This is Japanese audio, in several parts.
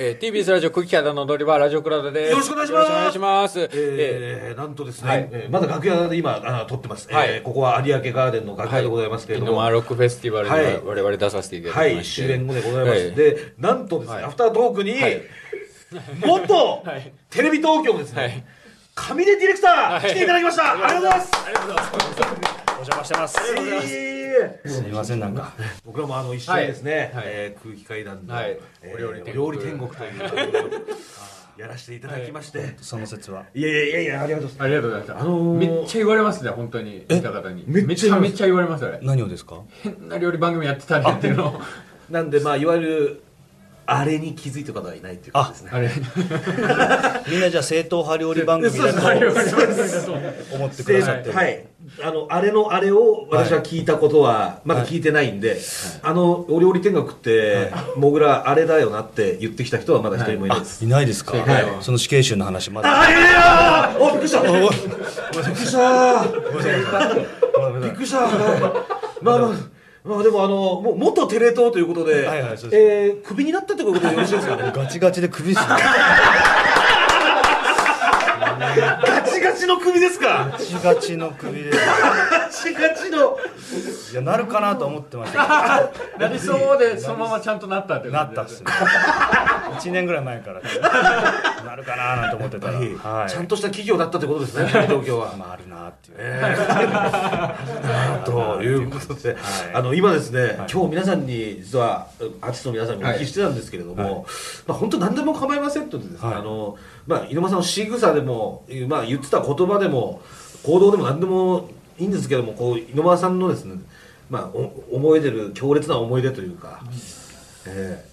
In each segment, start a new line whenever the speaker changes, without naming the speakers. えー、TBS ラジオ空気階段の踊り場ラジオクラウドです
よろしくお願いし
よ
ま
ろく
す
お願いしますえ
えーなんとですね、
はい
えーまだ楽屋で今あ撮ってます、
はい
えーここは有明ガーデンの楽
ーは
屋でございますけれども、
昨日
は
はロックフェスティバルで
はい
我々出させていただきま
い、
して、
終演後でございます、
えー
でなんとですね、
はい
アフタートークに、
はい
元
はい
テレビ東京のですね、
はい
上出ディレクター、
はい
来ていただきました、ありがとうございます
ありがとうございます。お邪魔してます。
えー
すみませんなんか。
僕らもあの一緒にですね、
はい
えー空気階段の、
はい
えー
お料理天国
お料理天国という、 やらせていただきまして、い、
その説は。
やいやいやいやありがとうございます
ありがとうございます、
あのー
めっちゃ言われますね本当に見た方に
めっちゃ言われま
めちゃめ
す
ちゃ言われますあれ
何をですか。
変な料理番組やってたねっていうのを
なんでまあいわゆるあれに気づいた方がいないということですね。
あれ
みんなじゃあ正統派料理番組だ
あれ言わ
と
れます
思ってく
で
ださってる。
はい、あのあれのあれを私は聞いたことはまだ聞いてないんで、あのお料理天国って、もぐらあれだよなって言ってきた人はまだ一人もいないです。
いないですか
正解は。
その死刑囚の話まだ。
あいやいやおびっくりした。びっくりした。びっくりした。まあまあ。まあでもあのもう元テレ東ということで、
はいはいそうです
えークビになったということでよろしいですかね。
ガチガチで首ですね。ガ
ガチガチのクビですか。
チガチの首です。
ガチガチの。
いやなるかなと思ってました
なりそうでそのままちゃんとなったって
けど。なったっ
す
すね。一年ぐらい前から。なるかななんて思ってたら。はい。
ちゃんとした企業だったということですね、東京は。
まああるなっていう。
ということで、
はい
あの今ですね、今日皆さんに実はアーティストの皆さんにお聞きしてたんですけれども、まあ本当何でも構いませんとですね、
はい
あのまあ井上さんの仕草でも、まあ言ってた言葉でも行動でも何でもいいんですけども、こう井上さんのですね、まあお思い出る強烈な思い出というか、ええ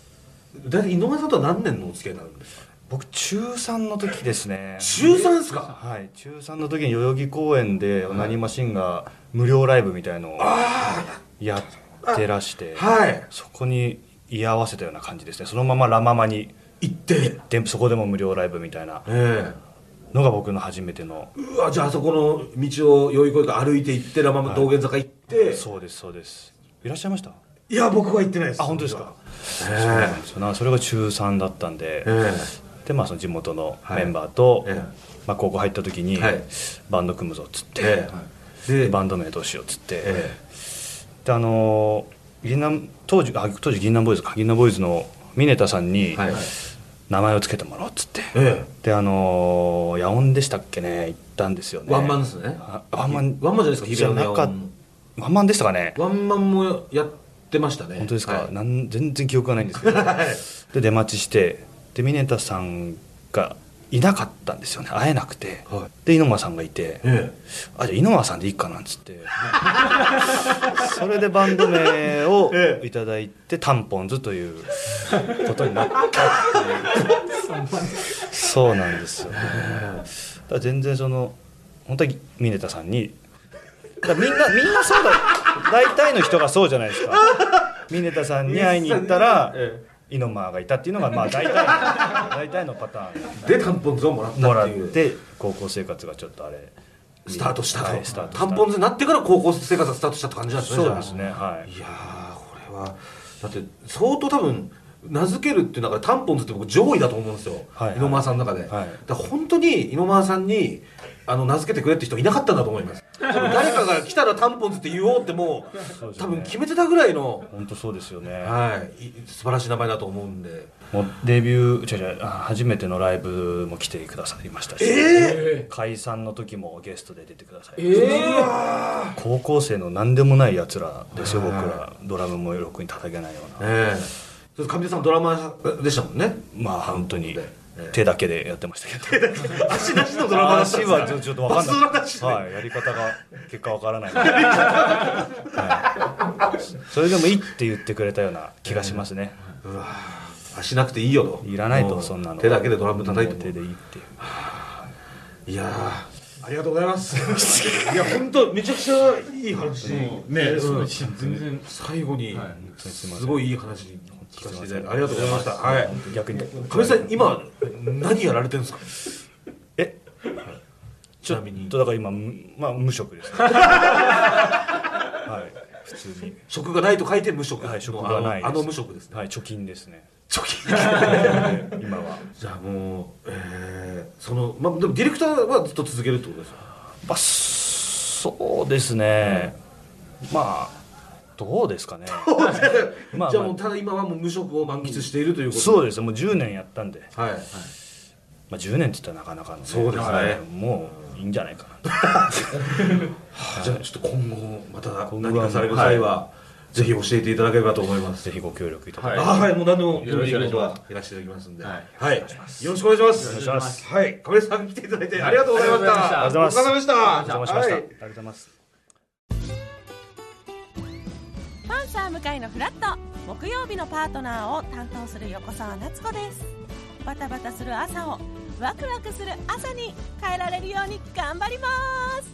だいたい井上さんとは何年のお付き合いになるんですか。
僕中三の時ですね。
中三ですか。
はい、中3の時に代々木公園でなにマシンが無料ライブみたいのをやってらして、
はい。
そこに居合わせたような感じですねそのままラ・ママに
行って。
でそこでも無料ライブみたいな
ええ
のが僕の初めての
うわじゃああそこの道をよいこいか歩いて行ってラママ道玄坂行って、い、
そうですそうですいらっしゃいました
や僕は行ってないです
あ本当ですか、
ええ
そうなんですよなそれが中3だったんで、
え
でまあその地元のメンバーと、
はいえ
まあ、高校入った時に、
はい
バンド組むぞっつって、
ええで
バンド名どうしようっつって、
え
であのー銀杏当時あ当時銀杏ボーイズか銀杏ボーイズの峰田さんに
はい
名前を付けてもらおうっつって、
え
であのー野音でしたっけね行ったんですよね
ワンマンですね
あワンマン
ワンマンじゃないですか日比谷の野音
じゃなかワンマンでしたかね
ワンマンもやってましたね
本当ですか、
はい
なん全然記憶がないんですけ ど、で出待ちしてで峰田さんがいなかったんですよね会えなくて、
はい
で井上さんがいて、
え
あじゃあ井上さんでいいかなんつって それでバンド名を
ええ
いただいて、タンポンズということになったっていうそうなんですよねだから全然その本当に峰田さんにだからみんなみんなそうだ大体の人がそうじゃないですか峰田さんに会いに行ったら
え
井上がいたっていうのがまあ大体の大体のパターン
えでタンポンズをもらった
もら
っ
って
いう
て高校生活がちょっとあれ
スタートしたと、
はいスタートした
タンポンズになってから高校生活がスタートしたって感じなんですね
そうですね
じゃあ
はい
いやーこれはだって相当多分名付けるっていう中でタンポンズって僕上位だと思うんですよ、
はいはい
井上さんの中で、
はい
だから本当に井上さんにあの名付けてくれって人いなかったんだと思います多分誰かが来たらタンポンズって言おうってもう
そうですね
多分決めてたぐらいの、
本当そうですよね
はい、い素晴らしい名前だと思うんで
もうデビュー違う違うあ初めてのライブも来てくださいましたし、
え
解散の時もゲストで出てください、
ええ
高校生の何でもないやつらですよ僕らドラムもろくに叩けないような
ええそれ上手さんドラマーでしたもんね
まあ本当に
ええ
手だけでやってましたけど
足なしのドラマーだったん
話
です
はちょちょっと分かんない
パスドラなし
はい、やり方が結果分からない、はい、それでもいいって言ってくれたような気がしますね、
でうわー足なくていいよと
いらない
も
と
う
そんなの
手だけでドラム叩い
もう
て
手
も
でいいっていう
いやーありがとうございます いや本当めちゃくちゃいい話ねうん
全然
最後に
はい
すごいいい話聞かせていただいてありがとうございましたはい
逆に
上地さん今何やられてるんですか
え
ちなみに
とだから今むまあ無職です、はい普通に
職がないと書いて無職
はい職がない
あのあの無職ですね
はい貯金ですね
貯金
余
じゃあもう、えー、その、まあ、でもディレクターはずっと続けるってことですよ。
まあ、そうですね、まあどうですかねま あ
じゃあもうただ今はもう無職を満喫しているということ
そう
で
ですもう10年やったんで、
す。はい。はい、
まあ、10年って言ったらなかなかの、ね、
そうですね
はいもういいんじゃないかな
じゃあちょっと今後また
今後は
何かされる際は、ぜひ教えていただければと思います。
ぜひご協力いただき
は
た
い
い、
あはい、もう何でも
よろしくお願いします
やらせていただきますんで、
はい
はい、よろしくお願いします。
お願いします
はい、亀井さん来ていただいてありがとうございまし
は
た。
いありが
とうございま
お疲れ
お
様でした。
邪魔しまし
はい
た、ありがとうございます
パンサー向井のフラット木曜日のパートナーを担当する横澤夏子ですバタバタする朝をワクワクする朝に変えられるように頑張ります